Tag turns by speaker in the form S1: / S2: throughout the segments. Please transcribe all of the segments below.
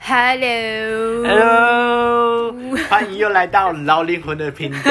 S1: Hello，,
S2: Hello，欢迎又来到老灵魂的频道。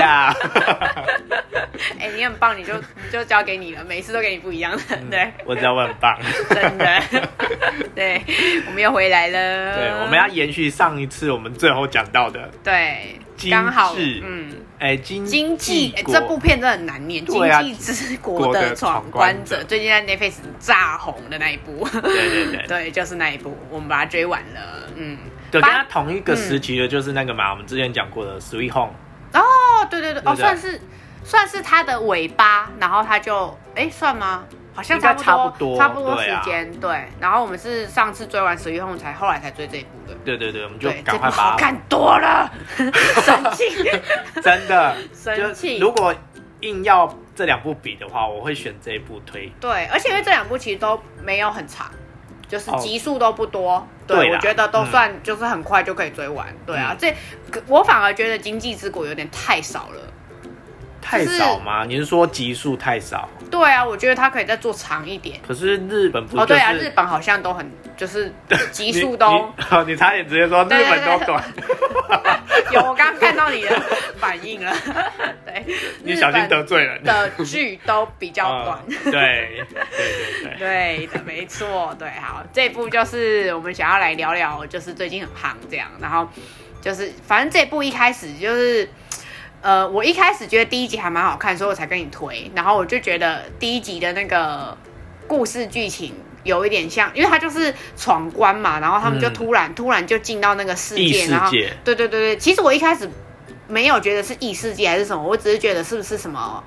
S1: 哎、你很棒，你就你就交给你了，每次都给你不一样的， 对，
S2: 我知道我很棒。
S1: 真的， 对，我们又回来了，
S2: 对，我们要延续上一次我们最后讲到的，
S1: 对，
S2: 精致
S1: 刚好，嗯，
S2: 哎、经
S1: 经济、哎
S2: 国
S1: 这部片真的很难念，
S2: 对啊
S1: 经济之国
S2: 国
S1: 的
S2: 的
S1: 闯
S2: 闯
S1: 关
S2: 关
S1: 者》
S2: 者
S1: 最近在 Netflix 炸红的那一部，
S2: 对对对
S1: 对，就是那一部，我们把它追完了，嗯，
S2: 对，跟
S1: 八
S2: 它同一个时期的就是那个嘛，我们之前讲过的《Sweet Home
S1: 哦，对对对，
S2: 对
S1: 哦，
S2: 不对
S1: 算是算是它的尾巴，然后它就哎算吗？好像
S2: 应该
S1: 差不多，
S2: 差
S1: 不
S2: 不
S1: 多
S2: 多啊
S1: 时间对,、然后我们是上次追完《十一后才后来才追这一部的，》。
S2: 对对对，我们就
S1: 对，
S2: 赶快
S1: 这部好
S2: 把它
S1: 看多了，生气。
S2: 真的
S1: 生气
S2: 就如果硬要这两部比的话，我会选这一部推。
S1: 对，而且因为这两部其实都没有很长，就是
S2: 哦
S1: 集数都不多。对，
S2: 对啦
S1: 我觉得都算就是很快就可以追完。对啊，
S2: 嗯
S1: 这可我反而觉得《经济之国》有点太少了。
S2: 太少吗？你是说集数太少？
S1: 对啊，我觉得它可以再做长一点。
S2: 可是日本不就是、
S1: 哦，对啊，日本好像都很就是集数
S2: 你
S1: 都。
S2: 你 你差点直接说日
S1: 对对
S2: 本
S1: 对
S2: 都短。
S1: 有，我刚刚看到你的反应 了。对，
S2: 你小心得
S1: 日
S2: 罪人
S1: 本。的剧都比较短。
S2: 嗯对对对对，
S1: 对的，没错，对，好，这部就是我们想要来聊聊，就是最近很夯这样，然后就是反正这部一开始就是，呃，我一开始觉得第一集还蛮好看，所以我才跟你推，然后我就觉得第一集的那个故事剧情。有一点像，因为他就是闯关嘛，然后他们就
S2: 嗯
S1: 突然、突然就进到那个世
S2: 异
S1: 界，
S2: 世
S1: 然后
S2: 界
S1: 对对对对，其实我一开始没有觉得是异世界还是什么，我只是觉得是不是什么，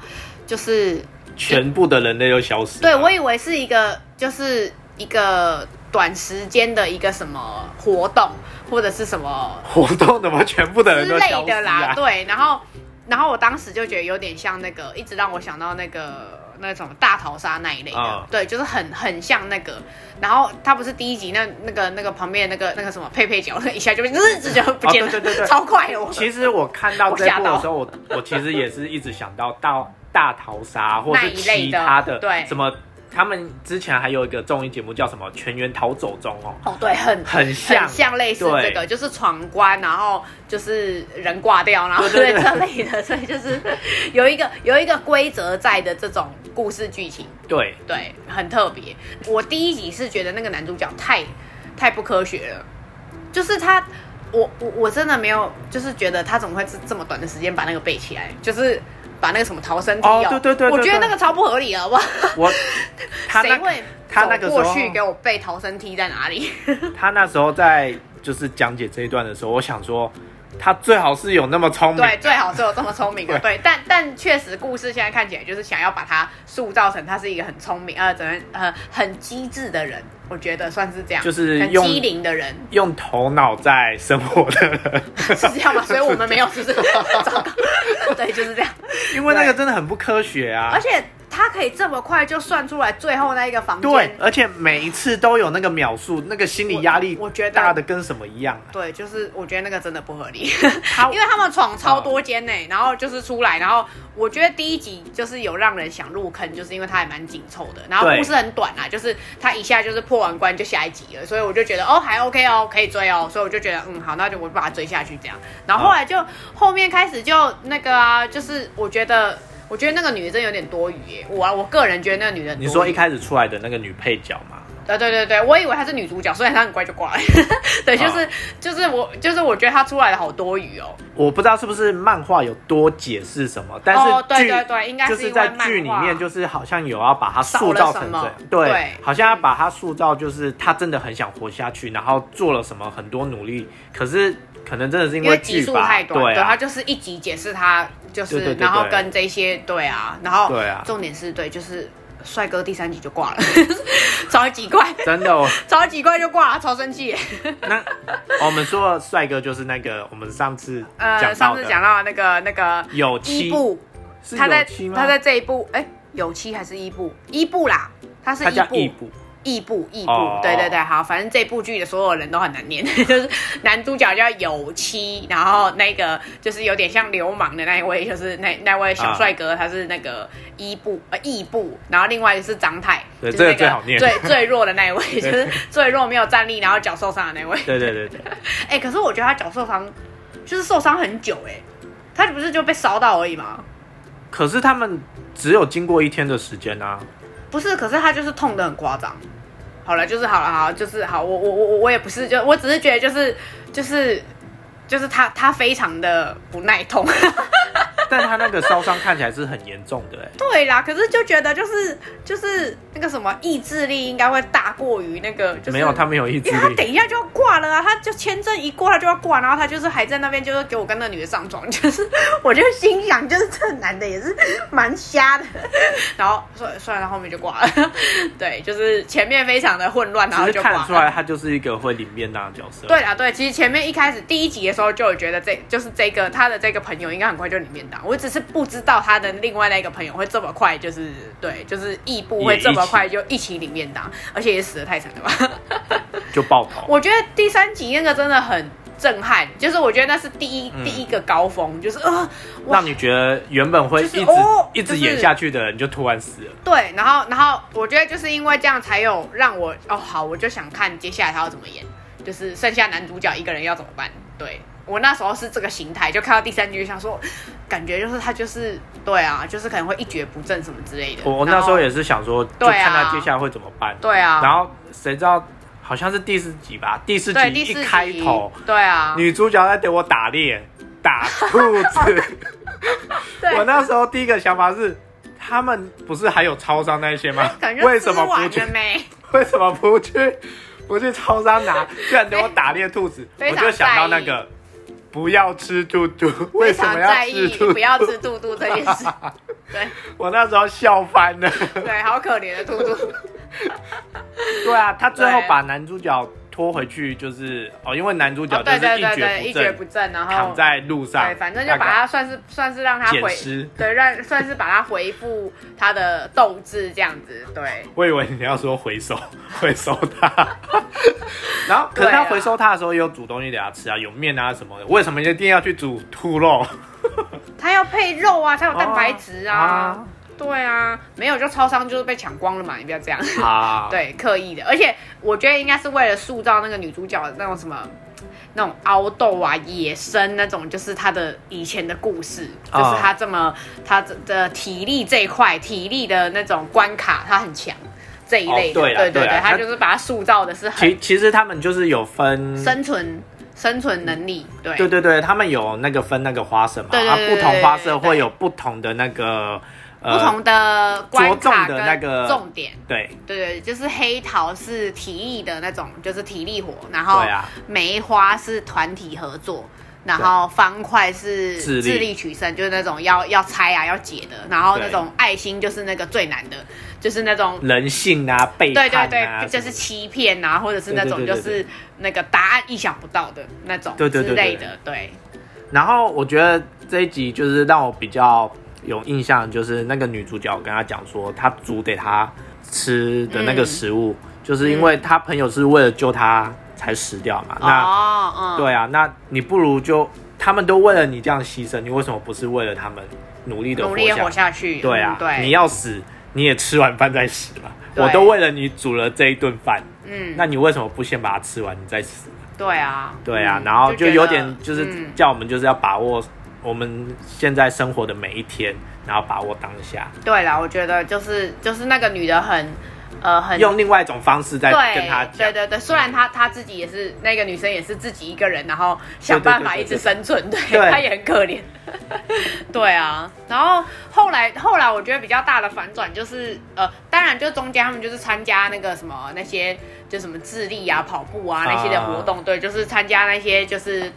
S1: 就是
S2: 全部的人类都消失了。啊
S1: 对，我以为是一个，就是一个短时间的一个什么活动，或者是什么
S2: 活动怎么全部的
S1: 之
S2: 人都
S1: 类
S2: 消失
S1: 的啦。
S2: 啊？
S1: 对，然后，然后我当时就觉得有点像那个，一直让我想到那个那种大逃杀那一类的，
S2: 嗯
S1: 对，就是很很像那个。然后他不是第一集那那个那个旁边那个那个什么佩佩角，那一下就 日子就 不见了，
S2: 哦哦对对对对
S1: 超快的我。
S2: 其实我看到这
S1: 我吓
S2: 部
S1: 到
S2: 的时候，我我其实也是一直想到到大逃杀，或
S1: 那
S2: 是
S1: 一类
S2: 其
S1: 的
S2: 他的，
S1: 对
S2: 什么他们之前还有一个综艺节目叫什么《全员逃走中》哦，
S1: 哦，对，很
S2: 很像
S1: 很像类似这个，
S2: 对
S1: 就是闯关，然后就是人挂掉，然后
S2: 对对对
S1: 这类的，所以就是 有一个有一个规则在的这种故事剧情，
S2: 对，
S1: 对，很特别。我第一集是觉得那个男主角太太不科学了，就是他，我我我真的没有，就是觉得他怎么会这这么短的时间把那个背起来，就是。把那个什么逃生梯
S2: 哦
S1: 哦
S2: 对对对对
S1: 我觉得
S2: 对
S1: 那个超不合理的，好不好？
S2: 我他
S1: 谁
S2: 那
S1: 会
S2: 他那个
S1: 走过
S2: 时候
S1: 去给我背逃生梯在哪里？
S2: 他那时候在就是讲解这一段的时候，我想说他最好是有那么聪明，
S1: 对，最好是有这么聪明的，啊对，但但确实故事现在看起来就是想要把他塑造成他是一个很聪明，呃，怎么呃很机智的人，我觉得算是这样，
S2: 就是
S1: 很
S2: 用
S1: 机灵的人，
S2: 用头脑在生活的人，
S1: 是这样吗？所以我们没有，是不是？糟糕， 对，就是这样，
S2: 因为那个真的很不科学啊
S1: 而。且他可以这么快就算出来最后那一个房间，
S2: 对，而且每一次都有那个秒数，那个心理压力，
S1: 我我觉得
S2: 大的跟什么一样、啊。
S1: 对，就是我觉得那个真的不合理，
S2: 他
S1: 因为他们闯超多间
S2: 啊
S1: 呢、然后就是出来，然后我觉得第一集就是有让人想入坑，就是因为它还蛮紧凑的，然后
S2: 对
S1: 故事很短啊，就是他一下就是破完关就下一集了，所以我就觉得哦还 OK 哦，可以追哦，所以我就觉得嗯好，那就我就把它追下去这样，然后后来就、后面开始就那个啊，就是我觉得。我觉得那个女的真有点多余耶，我啊我个人觉得那个女的很多余
S2: 你说一开始出来的那个女配角嘛，
S1: 对对对对，我以为她是女主角，所以她很快就挂了。 对，就是、
S2: 啊
S1: 就是我就是我觉得她出来的好多余哦。
S2: 我不知道是不是漫画有多解释什么，但是剧、
S1: 哦对对对应该是
S2: 就
S1: 因为
S2: 是在剧里
S1: 漫画
S2: 面，就是好像有要把它塑造
S1: 少
S2: 成这
S1: 了什
S2: 样
S1: 么，
S2: 对，
S1: 对
S2: 好像要把它塑造，就是他真的很想活下去，然后做了什么很多努力，可是可能真的是因
S1: 因为集
S2: 剧
S1: 数
S2: 吧，
S1: 太短，
S2: 对
S1: 对，他
S2: 啊，
S1: 就是一集解释他就是，
S2: 对对对对
S1: 然后跟这些对啊，然后
S2: 对啊
S1: 重点是对，就是帅哥第三集就挂了， 超级快，
S2: 真的、哦，
S1: 超级快就挂了，超生气。
S2: 那哦我们说的帅哥就是那个我们上次讲
S1: 呃，
S2: 到的，
S1: 上次讲到那个那个
S2: 有
S1: 伊
S2: 妻，
S1: 布，
S2: 是
S1: 他在
S2: 有妻吗？
S1: 他在这一部，哎、有七还是伊布？伊布啦，他是
S2: 他叫
S1: 伊
S2: 伊
S1: 布，
S2: 布，
S1: 异步异步，
S2: 哦
S1: 对对对，好，反正这部剧的所有人都很难念， 就是男主角叫有七，然后那个就是有点像流氓的那一位，就是那那位
S2: 啊
S1: 小帅哥，他是那个伊布呃义布，然后另外就是张泰，
S2: 对
S1: 就是那
S2: 这个最好念
S1: 最最弱的那 一位，就是最弱没有战力，然后脚受伤的那位。
S2: 对对对对，
S1: 哎、可是我觉得他脚受伤，就是受伤很久哎、他不是就被烧到而已吗？
S2: 可是他们只有经过一天的时间啊，
S1: 不是，可是他就是痛得很夸张。好了，就是好了，好，就是好，我我我我我也不是，就我只是觉得就是就是就是他他非常的不耐痛。
S2: 但他那个烧伤看起来是很严重的、欸，
S1: 对啦，可是就觉得就是就是那个什么意志力应该会大过于那个，就是
S2: 没有，他没有意志
S1: 因为他
S2: 力
S1: 等。一下就要挂了啊，他就签证一过他就要挂，然后他就是还在那边就是给我跟那女的上床， 就是我就心想就是这男的也是蛮瞎的，然后算算了，他后面就挂了，对，就是前面非常的混乱，然
S2: 只
S1: 后
S2: 是
S1: 就
S2: 看
S1: 挂
S2: 得出
S1: 了。
S2: 来，他就是一个会领便当的角色。
S1: 对啦，对，其实前面一开始第一集的时候就有觉得这就是这个他的这个朋友应该很快就里面当，我只是不知道他的另外那个朋友会这么快，就是对，就是异步会
S2: 也
S1: 这么
S2: 一起
S1: 快就一起里面当，而且也死的太惨了吧。
S2: 就爆头。
S1: 我觉得第三集那个真的很震撼，就是我觉得那是第一、
S2: 嗯
S1: 第一个高峰，就是啊、哇
S2: 让你觉得原本会一
S1: 就
S2: 直、
S1: 是哦
S2: 一直
S1: 就是
S2: 演下去的人，就突然死了。
S1: 对，然后然后我觉得就是因为这样才有让我哦好，我就想看接下来他要怎么演，就是剩下男主角一个人要怎么办。对我那时候是这个心态，就看到第三集就想说，感觉就是他就是对啊，就是可能会一蹶不振什么之类的。
S2: 我我
S1: 然
S2: 那
S1: 后
S2: 时候也是想说，就
S1: 对啊
S2: 看他接下来会怎么办。
S1: 对啊，
S2: 然后谁知道，好像是第四集吧，第四集
S1: 对第
S2: 一
S1: 四集
S2: 开头，
S1: 对啊，
S2: 女主角在给我打猎，打兔子。
S1: 对
S2: 我那时候第一个想法是，他们不是还有超商那一些吗
S1: 感？觉
S2: 为什么
S1: 吃完
S2: 不
S1: 了
S2: 去？
S1: 没？
S2: 为什么不去不去超商拿？居然 给我打猎兔子，
S1: 非
S2: 我
S1: 非
S2: 就
S1: 常
S2: 想到
S1: 在
S2: 那
S1: 意
S2: 个不要吃兔兔，为
S1: 非
S2: 什么
S1: 常在
S2: 要吃
S1: 意
S2: 兔
S1: 不要
S2: 兔？
S1: 吃肚肚这件 事。对
S2: 我那时候笑翻了。
S1: 对，好可怜的肚肚。
S2: 对啊，他最后
S1: 对
S2: 把男主角拖回去，就是哦，因为男主角
S1: 哦，
S2: 就
S1: 对
S2: 是
S1: 对
S2: 一
S1: 对对，
S2: 蹶
S1: 一
S2: 不振
S1: 蹶，不振，然后
S2: 躺在路上，
S1: 对，反正就把
S2: 那个
S1: 他算是算是让他
S2: 捡
S1: 回
S2: 尸
S1: 对，让算是把他回复他的斗志这样子，对。
S2: 我以为你要说回收， 回收它。 然后，可是
S1: 对
S2: 他
S1: 啊
S2: 回收它的时候，也有煮东西给他吃啊，有面啊什么的。为什么一定要去煮兔 肉？
S1: 他要配肉啊，才有蛋白质啊。
S2: 啊
S1: 对啊，没有就超商就是被抢光了嘛，你不要这样。
S2: 啊，
S1: 对，刻意的，而且我觉得应该是为了塑造那个女主角的那种什么。那种凹斗啊、野生那种，就是她的以前的故事，就
S2: 啊
S1: 是她这么她的体力这一块，体力的那种关卡，她很强这一类的。
S2: 哦对啦
S1: 对
S2: 对
S1: 对
S2: 啦
S1: 她
S2: 那
S1: 就是把她塑造的是很
S2: 其其实他们就是有分，
S1: 生存生存能力，对
S2: 对对对，他们有那个分那个花色嘛，
S1: 对对
S2: 啊，
S1: 对
S2: 不
S1: 对
S2: 同
S1: 对
S2: 花
S1: 对
S2: 色
S1: 对
S2: 会有不同的那个呃
S1: 不同的关卡
S2: 着重
S1: 跟
S2: 的那个
S1: 重点。
S2: 对
S1: 对对，就是黑桃是体力的那种，就是体力活，然后
S2: 对啊
S1: 梅花是团体合作，然后方块是
S2: 智力
S1: 取胜，就是那种要要猜啊要解的，然后
S2: 对
S1: 那种爱心就是那个最难的，就是那种。
S2: 人性啊、背
S1: 对对
S2: 叛
S1: 对
S2: 啊，，
S1: 就是欺骗啊，或者是那种
S2: 对对
S1: 就
S2: 对对
S1: 是那个答案意想不到的那种
S2: 对对
S1: 之
S2: 对
S1: 类
S2: 对
S1: 的，对
S2: 然后我觉得这一集就是让我比较有印象，就是那个女主角我跟她讲说，她煮给她吃的那个食物，
S1: 嗯
S2: 就是因为她朋友是为了救她才死掉嘛。那、
S1: 哦，嗯，
S2: 对啊，那你不如就他们都为了你这样牺牲，你为什么不是为了他们努力的
S1: 努
S2: 活
S1: 力地
S2: 下
S1: 活？下去，
S2: 对啊
S1: 嗯，对，
S2: 你要死你也吃完饭再死嘛。
S1: 对
S2: 我都为了你煮了这一顿饭，
S1: 嗯，
S2: 那你为什么不先把它吃完你再死？
S1: 对啊，
S2: 对啊，
S1: 嗯
S2: 然后就
S1: 觉
S2: 有
S1: 得
S2: 点就是
S1: 嗯
S2: 叫我们就是要把握我们现在生活的每一天，然后把握当下，
S1: 对啦，我觉得就是就是那个女的很呃很
S2: 用另外一种方式再跟他
S1: 对对。
S2: 讲
S1: 对对，虽然她她自己也是那个女生也是自己一个人，然后想
S2: 对对
S1: 办法
S2: 对对
S1: 一直生存，对
S2: 对
S1: 她也很可怜。 对啊，然后后来后来我觉得比较大的反转就是呃，当然就中间他们就是参加那个什么那些就什么智力啊、跑步啊那些的活动，对，就是参加那些就是。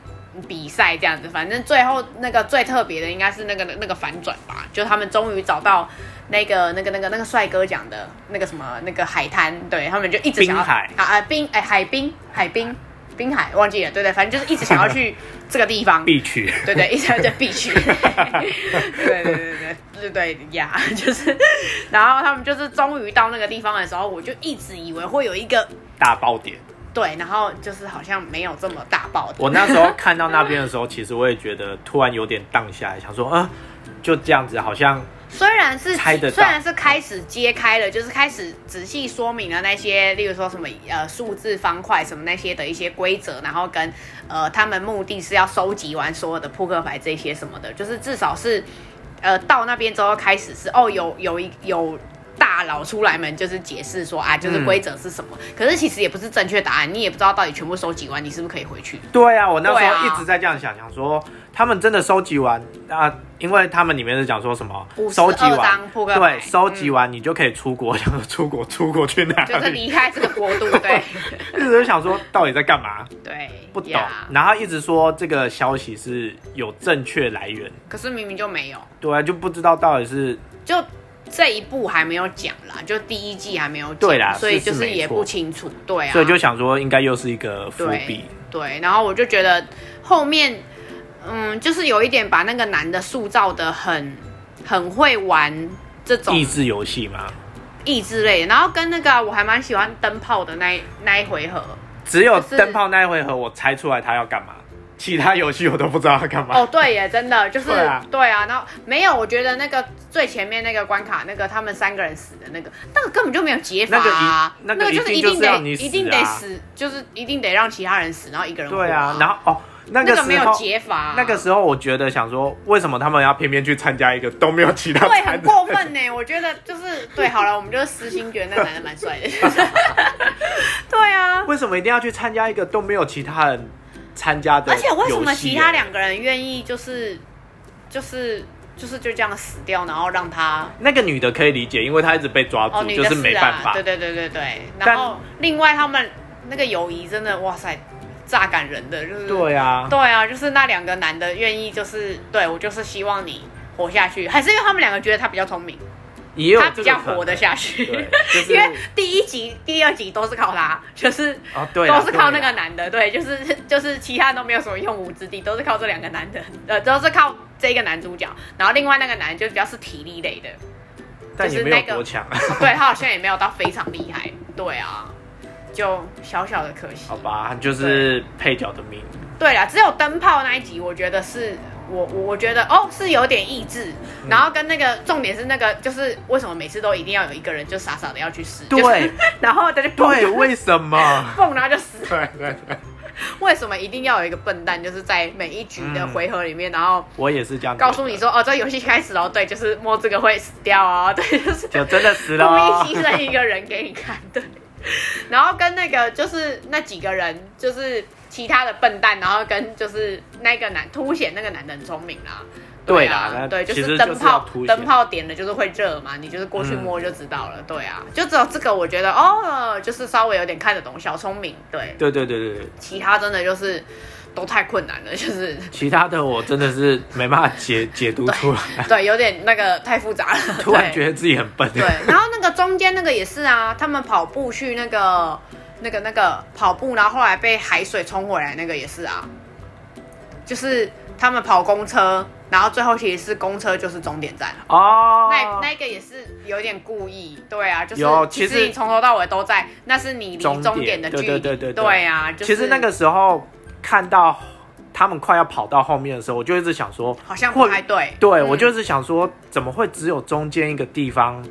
S1: 比赛这样子，反正最后那个最特别的应该是那个那个反转吧，就他们终于找到那个那个那个那个帅哥讲的那个什么那个海滩，对他们就一直想要
S2: 滨海
S1: 啊啊冰哎、海滨海滨滨海忘记了，对对，反正就是一直想要去这个地方，
S2: 必去。
S1: 对对，一直在必去， 对对对对对对呀， 就是，然后他们就是终于到那个地方的时候，我就一直以为会有一个
S2: 大爆点。
S1: 对，然后就是好像没有这么大爆的，
S2: 我那时候看到那边的时候，其实我也觉得突然有点荡下来，想说啊，就这样子，好像
S1: 虽然是
S2: 猜得到
S1: 虽然是开始揭开了，就是开始仔细说明了那些，例如说什么呃数字方块什么那些的一些规则，然后跟呃他们目的是要收集完所有的扑克牌这些什么的，就是至少是呃到那边之后开始是哦有有一有。大佬出来们就是解释说啊，就是
S2: 嗯
S1: 规则是什么，可是其实也不是正确答案，你也不知道到底全部收集完你是不是可以回去。
S2: 对啊，我那时
S1: 对啊
S2: 候一直在这样想，想说他们真的收集完啊，因为他们里面是讲说什么
S1: 52
S2: 收集完
S1: 张扑克牌嗯
S2: 对，收集完你就可以出国， 想说出国出国去哪
S1: 就是
S2: 里？
S1: 离开这个国度，对
S2: 一直在想说到底在干嘛，
S1: 对，
S2: 不懂
S1: 呀。
S2: 然后一直说这个消息是有正确来源，
S1: 可是明明就没有，
S2: 对啊，就不知道到底是
S1: 就这一步还没有讲啦，就第一季还没有讲，
S2: 对啦
S1: 所以
S2: 是
S1: 就是是
S2: 没
S1: 也
S2: 错
S1: 不清楚，对啊，
S2: 所以就想说应该又是一个伏
S1: 对
S2: 笔。
S1: 对，然后我就觉得后面，嗯，就是有一点把那个男的塑造的很很会玩这种
S2: 益智游戏嘛，
S1: 益智类的，然后跟那个啊、我还蛮喜欢灯泡的那一那一回合，
S2: 只有
S1: 就是
S2: 灯泡那一回合我猜出来他要干嘛，其他游戏我都不知道他干嘛。
S1: 哦，对耶，真的就是
S2: 对啊
S1: 然后没有，我觉得那个最前面那个关卡，那个他们三个人死的那个，那个根本就没有解法、啊，
S2: 那个一那个
S1: 就是
S2: 一
S1: 定
S2: 定就是
S1: 得
S2: 要你死啊
S1: 一定得死，就是一定得让其他人死，然后一个人活、
S2: 对啊，然
S1: 后
S2: 后哦，那
S1: 那
S2: 个时候
S1: 没有解法啊、
S2: 那个时候我觉得想说，为什么他们要偏偏去参加一个都没有其他
S1: 对，
S2: 参
S1: 很
S2: 的？
S1: 过分呢。我觉得就是对，好了，我们就是私心觉得那男的蛮帅的。 对啊，
S2: 为什么一定要去参加一个都没有其他人参加的
S1: 而
S2: 游戏？
S1: 且为什么其他两个人愿意就是就是就是就这样死掉，然后让他
S2: 那个女的可以理解，因为她一直被抓住，
S1: 哦，女
S2: 就
S1: 的
S2: 是
S1: 啊
S2: 没办法
S1: 对。对对对对。
S2: 但
S1: 然后另外他们那个友谊真的哇塞，榨感人的，就是
S2: 对啊，
S1: 对啊，就是那两个男的愿意就是对我就是希望你活下去，还是因为他们两个觉得他比较聪明，
S2: 也有
S1: 他
S2: 这
S1: 比
S2: 个
S1: 较
S2: 可能
S1: 活得下去。
S2: 对，就 是
S1: 因为第一集、第二集都是靠他，就是
S2: 哦，对啦，
S1: 都是靠那
S2: 对
S1: 个
S2: 啦
S1: 男的，对，就是就是其他都没有什么用武之地，都是靠这两个男的，呃，都是靠这个男主角，然后另外那个男就比较是体力类的，
S2: 但
S1: 就
S2: 也
S1: 是
S2: 没有
S1: 那个
S2: 多强，
S1: 对他好像也没有到非常厉害，对啊，就小小的可惜
S2: 好。吧，就是配角的命。
S1: 对啦，只有灯泡那一集，我觉得是我我我觉得哦是有点意志，
S2: 嗯
S1: 然后跟那个重点是那个就是为什么每次都一定要有一个人就傻傻的要去死，就是
S2: 对
S1: 然后他就蹦？
S2: 对，为什么
S1: 蹦然后就死了，
S2: 对对对，
S1: 为什么一定要有一个笨蛋就是在每一局的
S2: 嗯
S1: 回合里面，然后
S2: 我也是这样。
S1: 告诉你，说哦这游戏开始了，对，就是摸这个会死掉哦，对，就是
S2: 就真的死了哦
S1: 故意牺牲一个人给你看，对。 然后跟那个就是那几个人，就是其他的笨蛋，然后跟就是那个男凸显那个男的很聪明啦。
S2: 对啦
S1: 啦
S2: 那，
S1: 对，就
S2: 其
S1: 是
S2: 实就是
S1: 灯泡
S2: 要凸显
S1: 灯泡点了就是会热嘛，你就是过去摸就知道了。对啊，
S2: 嗯
S1: 就只有这个我觉得哦，就是稍微有点看得懂，小聪明。对，
S2: 对对对对对，
S1: 其他真的就是都太困难了，就是
S2: 其他的我真的是没办法解解读出来，
S1: 对，有点那个太复杂了。
S2: 突然
S1: 对
S2: 觉得自己很笨。
S1: 对，然后那个中间那个也是啊，他们跑步去那个那个那个跑步，然后后来被海水冲回来，那个也是啊，就是他们跑公车，然后最后其实是公车就是终点站，
S2: 哦，
S1: 那那个也是有点故意，对啊，就是
S2: 有
S1: 其
S2: 其实
S1: 你从头到尾都在，那是你离
S2: 终
S1: 终点
S2: 点
S1: 的距
S2: 对
S1: 离，
S2: 对对对对
S1: 对啊，就是
S2: 其实那个时候看到他们快要跑到后面的时候，我就一直想说，
S1: 好像不太
S2: 会
S1: 对，
S2: 对、
S1: 嗯
S2: 我就一直想说，怎么会只有中间一个地方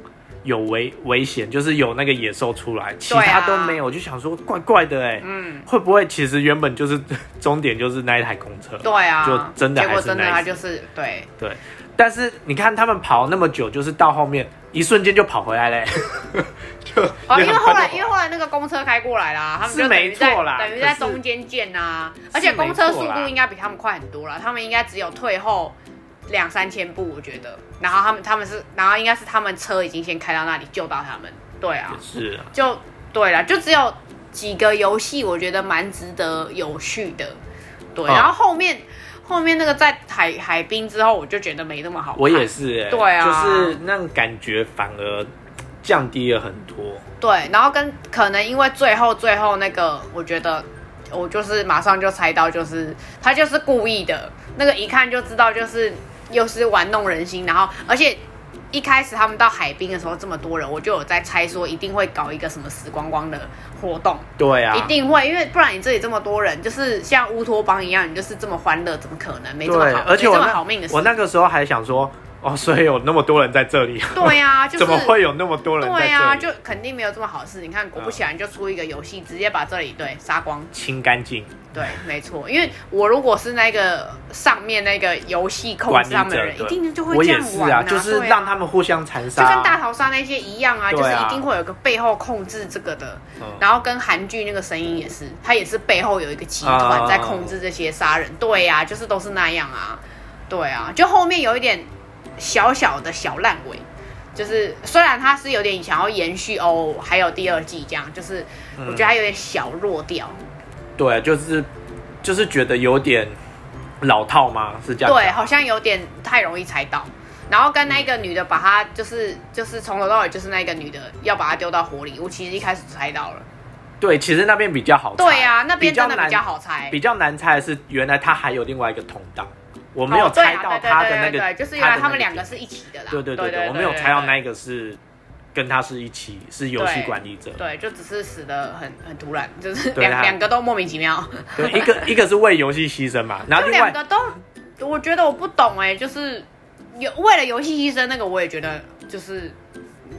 S2: 有危危险，就是有那个野兽出来，其
S1: 对啊
S2: 他都没有，我就想说怪怪的哎、
S1: 嗯。
S2: 会不会其实原本就是 终点就是那一台公车？
S1: 对啊，
S2: 就真的
S1: 结果
S2: 还是
S1: 真的
S2: 那一
S1: 他
S2: 次
S1: 就是对，
S2: 对，但是你看他们跑那么久，就是到后面一瞬间就跑回来嘞、就
S1: 哦，因为后来
S2: 就
S1: 因为后来那个公车开过来啦，他们就是等于在
S2: 没错啦
S1: 等于在
S2: 可是
S1: 中间见呐、
S2: 是
S1: 而且公车
S2: 没
S1: 速
S2: 错啦
S1: 度应该比他们快很多啦，他们应该只有退后两三千步，我觉得。然后他们他们是，然后应该是他们车已经先开到那里救到他们。对啊，
S2: 是啊
S1: 就对啦，就只有几个游戏，我觉得蛮值得有序的。对，
S2: 嗯
S1: 然后后面后面那个在海海滨之后，我就觉得没那么好看。
S2: 我也是、欸，
S1: 对啊
S2: 就是那种感觉反而降低了很多。
S1: 对，然后跟可能因为最后最后那个，我觉得我就是马上就猜到，就是他就是故意的，那个一看就知道，就是又是玩弄人心，然后而且。一开始他们到海滨的时候，这么多人，我就有在猜说一定会搞一个什么死光光的活动，
S2: 对啊，
S1: 一定会，因为不然你这里这么多人，就是像乌托邦一样，你就是这么欢乐，怎么可能没哎这么
S2: 对，
S1: 好，
S2: 而且
S1: 没
S2: 我
S1: 这么
S2: 那
S1: 好命的事？
S2: 我那个时候还想说，哦， 所以有那么多人在这里，
S1: 对呀、就是
S2: 怎么会有那么多人在这
S1: 对
S2: 里？嗯
S1: 呀、就肯定没有这么好事。你看，果不其然就出一个游戏，直接把这里对杀光。
S2: 清干净，
S1: 对，没错，因为我如果是那个上面那个游戏控
S2: 管
S1: 制
S2: 理
S1: 他们的
S2: 者
S1: 人，一
S2: 对
S1: 定就会
S2: 我
S1: 哦这
S2: 也
S1: 样
S2: 是
S1: 玩
S2: 啊，就是
S1: 对啊
S2: 让他们互相残杀
S1: 就跟大
S2: 啊，
S1: 逃杀那些一样啊，就是
S2: 对啊
S1: 一定会有个背后控制这个的。
S2: 嗯
S1: 然后跟韩剧那个声音也是，它也是背后有一个集团在控制这些杀人。对呀、就是都是那样啊，对啊，就后面有一点小小的小烂尾。就是虽然它是有点想要延续哦，还有第二季这样，就是我觉得它有点小弱掉，
S2: 对，就是就是觉得有点老套吗？是这样讲吗，
S1: 对，好像有点太容易猜到。然后跟那个女的把她就是就是从头到尾就是那个女的要把她丢到火里，我其实一开始猜到了。
S2: 对，其实那边比较好猜，
S1: 对啊，那边真的
S2: 难
S1: 比较好猜。
S2: 比较难猜的是，原来他还有另外一个同档，我没有猜到
S1: 哦对
S2: 他
S1: 啊
S2: 的那
S1: 对对对对对
S2: 个，
S1: 就是原来他
S2: 的那
S1: 们两个是一起的啦。啊
S2: 对对对
S1: 对
S2: 对，我没有猜到那一个是跟他是一起是游戏管理者，
S1: 对，就只是死的很很突然，就是
S2: 对
S1: 两
S2: 他
S1: 两个都莫名其妙，
S2: 对，一个一个是为游戏牺牲嘛，然后
S1: 就
S2: 另外
S1: 两个都，我觉得我不懂哎、就是有为了游戏牺牲那个，我也觉得就是。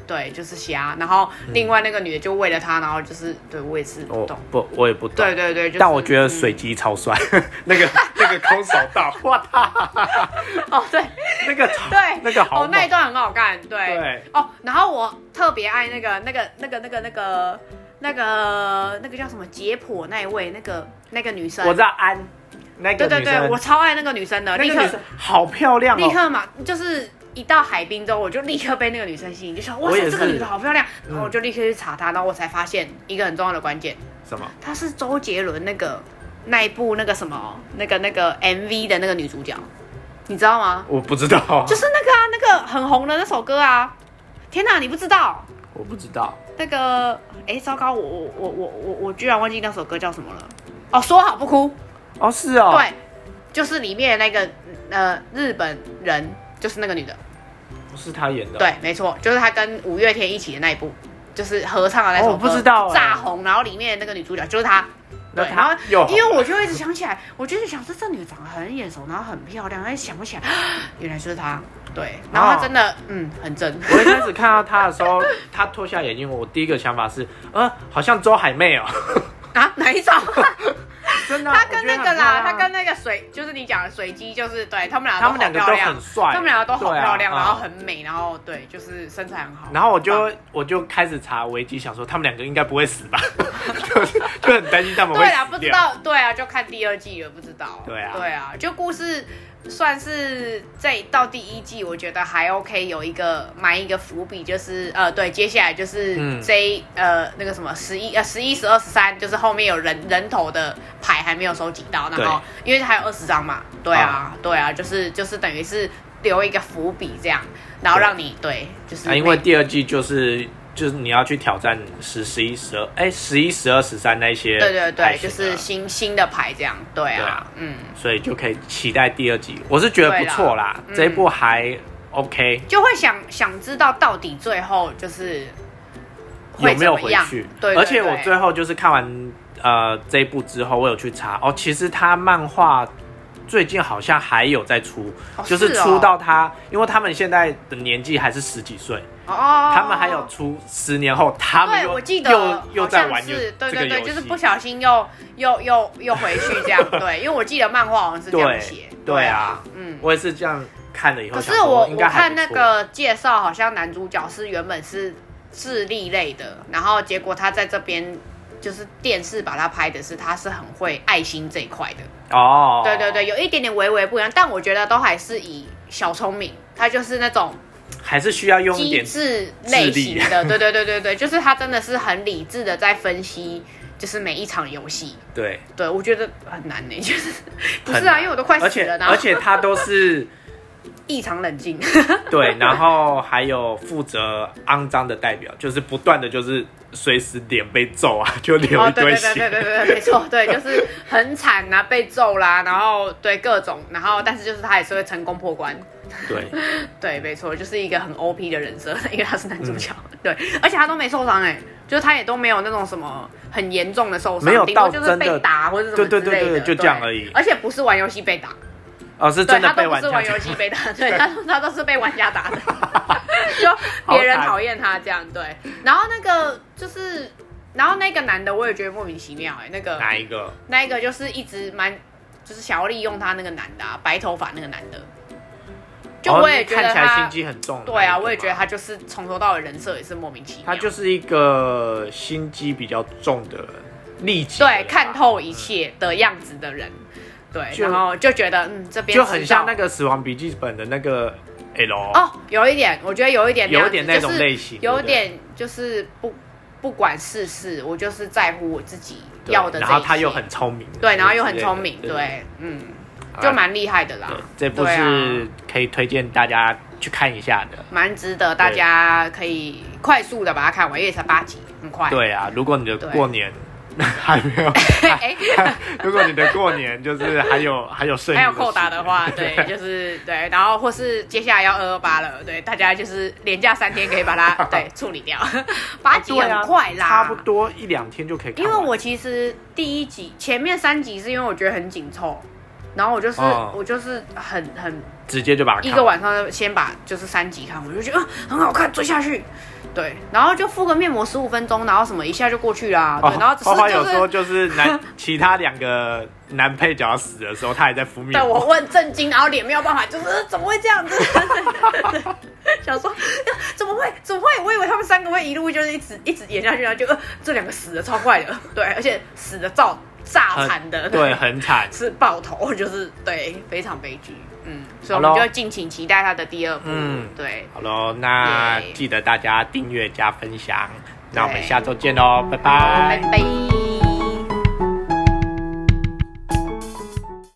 S1: 对，就是瞎。然后
S2: 嗯
S1: 另外那个女的就为了他，然后就是对我也是不
S2: 我
S1: 懂。
S2: 哦不我也不懂，
S1: 对对对，就是、嗯
S2: 但我觉得水机超帅， 那个那个空手 道，哇他
S1: 哦，对，
S2: 那个超
S1: 对，
S2: 那个好
S1: 哦，那一
S2: 猛
S1: 段很好看，对，
S2: 对
S1: 哦，然后我特别爱那个那个那个那个那个那个那个叫什么解剖那一位，那个那个女生，
S2: 我知道安那个
S1: 对对
S2: 女生
S1: 对，我，超爱那个女生的，
S2: 那
S1: 立
S2: 个女
S1: 刻
S2: 生好漂亮
S1: 立
S2: 哦，
S1: 刻嘛，就是一到海滨之后，我就立刻被那个女生吸引，就想哇
S2: 我也
S1: 塞，
S2: 是
S1: 这个女的好漂亮，然后我就立刻去查她，然后我才发现一个很重要的关键，
S2: 什么？
S1: 她是周杰伦那个那一部那个什么那个那个 MV 的那个女主角，你知道吗？
S2: 我不知道，
S1: 就是那个啊，那个很红的那首歌啊！天哪，你不知道
S2: 我不知道，
S1: 那个？哎，糟糕，我我我我我我居然忘记那首歌叫什么了。哦，说好不哭，
S2: 哦是哦，
S1: 对，就是里面的那个呃日本人，就是那个女的，
S2: 不是他演的，，哦
S1: 对，没错，就是她跟五月天一起的那一部，就是合唱的那首
S2: 哦
S1: 歌，
S2: 我不知道哎
S1: 炸红，然后里面的那个女主角就是她。
S2: 那
S1: 对，
S2: 她哦
S1: 然后
S2: 又红
S1: 因为我就一直想起来，我就是想说这女长得很眼熟，然后很漂亮，但是想不起来， 原来就是她。对，然后她
S2: 哦
S1: 真的，嗯，很正。
S2: 我一开始看到他的时候，他脱下眼镜，我第一个想法是，呃，好像周海媚哦、
S1: 啊，哪一种？
S2: 真的啊、
S1: 他跟那个啦，他
S2: 我觉得很漂亮啊
S1: 跟那个水，就是你讲的水鸡，就是对他们俩，
S2: 他们两个都很
S1: 很
S2: 帅
S1: 他们两个都好
S2: 对啊
S1: 漂亮，
S2: 嗯
S1: 然后很美，然后对，就是身材很好。
S2: 然后我
S1: 很
S2: 就
S1: 棒
S2: 我就开始查维基，想说他们两个应该不会死吧， 就是就很担心他们会
S1: 对啊，
S2: 死
S1: 不知
S2: 掉。
S1: 道，对啊，就看第二季了，不知道。
S2: 对啊
S1: 对啊，就故事算是在到第一季，我觉得还 OK，有一个埋一个伏笔，就是呃，对，接下来就是
S2: 嗯
S1: 这一、呃那个什么十一呃十一十二十三，就是后面有人人头的牌还没有收集到，然后因为还有二十张嘛，对啊，对啊，就是就是等于是留一个伏笔这样，然后让你对就是、
S2: 啊，因为第二季就是就是你要去挑战十、十一、十二，哎，十一、十二、十三那一些
S1: 对对
S2: 还
S1: 对，
S2: 行
S1: 就
S2: 啊
S1: 是新新的牌这样，对啊，
S2: 对啊
S1: 嗯。
S2: 所以就可以期待第二季。我是觉得不错啦，
S1: 对啦嗯
S2: 这一部还 OK，
S1: 就会想想知道到底最后就是会
S2: 有没有
S1: 怎么
S2: 回
S1: 样
S2: 去？
S1: 对对
S2: 而且我
S1: 对
S2: 最后就是看完呃这一部之后，我有去查哦，其实他漫画最近好像还有在出，
S1: 哦
S2: 就是是
S1: 哦
S2: 出到他，因为他们现在的年纪还是十几岁，
S1: 哦，
S2: 他们还有出十年后他们
S1: 对，
S2: 又
S1: 我记得
S2: 又又
S1: 好
S2: 在
S1: 像
S2: 玩游
S1: 是对
S2: 这
S1: 对
S2: 个
S1: 对，
S2: 游
S1: 就是
S2: 戏
S1: 不。小心又又又又回去这样，对，因为我记得漫画好像是这样
S2: 对
S1: 写，
S2: 对啊，
S1: 嗯。
S2: 我也是这样看了以后
S1: 可
S2: 想
S1: 是
S2: 说，
S1: 我
S2: 应
S1: 我
S2: 该还
S1: 看
S2: 不
S1: 那
S2: 错
S1: 个介绍，好像男主角是原本是智力类的，然后结果他在这边就是电视把他拍的是他是很会爱心这一块的，
S2: 哦，
S1: 对对对，，有一点点微微不一样，但我觉得都还是以小聪明，他就是那种
S2: 还是需要用一
S1: 机
S2: 点
S1: 智类型的， 对对对对对，就是他真的是很理智的在分析，就是每一场游戏。
S2: 对，
S1: 对，我觉得很难呢、就是不
S2: 很
S1: 是啊，
S2: 难
S1: 因为我都快
S2: 而
S1: 死
S2: 且
S1: 了，然后
S2: 而且他都是
S1: 异常冷 静，
S2: 对，然后还有负责肮脏的代表，就是不断的就是随时脸被揍啊， 就流
S1: 哦，
S2: 一
S1: 对
S2: 堆
S1: 对
S2: 血。
S1: 对对对对对，没错，对，就是很惨呐、被揍啦，然后对各种，然后但是就是他也是会成功破关，
S2: 对
S1: 对，没错，就是一个很 OP 的人设， 因为他是男主角，
S2: 嗯
S1: 对，而且他都没受伤哎、就是他也都没有那种什么很严重的受伤，
S2: 没有
S1: 顶多
S2: 到
S1: 就是
S2: 真
S1: 被
S2: 的
S1: 打或者什么
S2: 对对对
S1: 之类的
S2: 对就这样而已
S1: 而且不是玩游戏被打，
S2: 哦，是
S1: 对
S2: 真的
S1: 他
S2: 被
S1: 都不
S2: 玩
S1: 是
S2: 家
S1: 玩游戏被打， 对他他都是被玩家打的，就别人讨厌他这样对。然后那个就是，然后那个男的我也觉得莫名其妙哎、那个
S2: 哪一个？
S1: 那一个就是一直蛮就是想要利用他那个男的、啊，白头发那个男的，就
S2: 哦
S1: 我也觉得
S2: 看起来
S1: 他、
S2: 心机很重的那一个嘛。
S1: 对啊，我也觉得他就是从头到尾人设也是莫名其妙，
S2: 他就是一个心机比较重的人，利己的人
S1: 对
S2: 吧
S1: 看透一切的样子的人，对，
S2: 就
S1: 然后就觉得嗯这边
S2: 就很像那
S1: 个
S2: 个《死亡笔记本》的那个 L，、
S1: 哦，有一点，我觉得有一点样子
S2: 有一点那种
S1: 就是
S2: 类型，
S1: 有
S2: 对不对
S1: 点就是不不管世事，我就是在乎我自己
S2: 对
S1: 要的这一
S2: 然
S1: 切。
S2: 后他又很聪明，
S1: 对，然后又很聪明，
S2: 之类的，
S1: 对，嗯，
S2: 好啦
S1: 就蛮厉害的啦
S2: 对，这部
S1: 对啊
S2: 是可以推荐大家去看一下的。
S1: 蛮值得大家可以快速的把它看完，因为才八集，很快。，
S2: 对啊，如果你的
S1: 对
S2: 过 年还没有，
S1: 哎、
S2: 如果你的过年就是还有还有剩余
S1: 还有扣打
S2: 时
S1: 的
S2: 间
S1: 话，对，就是对，然后或是接下来要二二八了，对，大家就是连假三天可以把 它对处理掉，八集
S2: 对啊
S1: 很快啦，
S2: 差不多一两天就可以看
S1: 因
S2: 完。
S1: 为我其实第一集前面三集是因为我觉得很紧凑，然后我就是、
S2: 哦
S1: 我就是很很
S2: 直接就把它
S1: 一
S2: 看
S1: 个
S2: 完。
S1: 晚上先把就是三集看，我就觉得、啊、很好看，追下去。对，然后就敷个面膜十五分钟，然后什么一下就过去啦。对，然后只
S2: 花花
S1: 是
S2: 哦有
S1: 就
S2: 说
S1: 是。
S2: 就是 男其他两个男配角死的时候，他还在敷面哦
S1: 对，
S2: 膜。
S1: 我问震惊，然后脸没有办法，就是呃怎么会这样子？ 想说呃怎么会怎么会？我以为他们三个会一路就是一直一直演下去，然后就、呃、这两个死的超快的，对，而且死的照炸惨的，
S2: 对，很惨。
S1: 是爆头，就是对，非常悲剧。嗯，所以
S2: 好
S1: 我
S2: 咯
S1: 们就敬请期待他的第二部。
S2: 嗯
S1: 对，
S2: 好喽，那
S1: 耶
S2: 记得大家订阅加分享，那我们
S1: 对
S2: 下周见喽，拜
S1: 拜
S2: 拜。
S1: 拜。